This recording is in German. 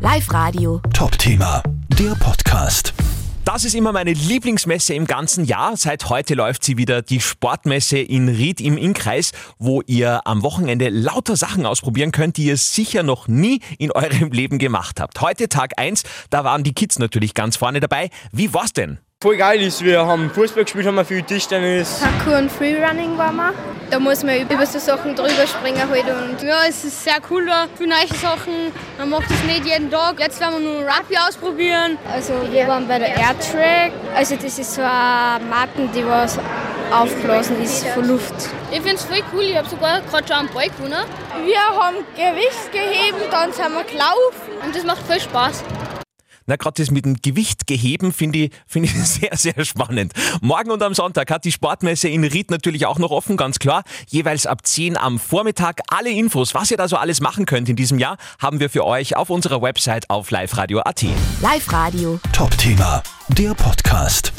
Live Radio. Top-Thema, der Podcast. Das ist immer meine Lieblingsmesse im ganzen Jahr. Seit heute läuft sie wieder, die Sportmesse in Ried im Innkreis, wo ihr am Wochenende lauter Sachen ausprobieren könnt, die ihr sicher noch nie in eurem Leben gemacht habt. Heute Tag 1, da waren die Kids natürlich ganz vorne dabei. Wie war's denn? voll geil ist. Wir haben Fußball gespielt, haben wir viel Tischtennis. Parkour und Freerunning waren wir. Da muss man über so Sachen drüber springen halt und ja, es ist sehr cool da, viele neue Sachen. Man macht das nicht jeden Tag. Jetzt werden wir nur Rugby ausprobieren. Also wir waren bei der Airtrack. Also das ist so eine Matten, die was aufgeblasen ist von Luft. Ich finde es voll cool, ich habe sogar gerade schon einen Ball gewonnen. Wir haben Gewicht geheben, dann sind wir gelaufen. Und das macht voll Spaß. Na, gerade das mit dem Gewicht geheben finde ich, finde ich sehr, sehr spannend. Morgen und am Sonntag hat die Sportmesse in Ried natürlich auch noch offen, ganz klar. Jeweils ab 10 am Vormittag. Alle Infos, was ihr da so alles machen könnt in diesem Jahr, haben wir für euch auf unserer Website auf liveradio.at. Live Radio. Top-Thema, der Podcast.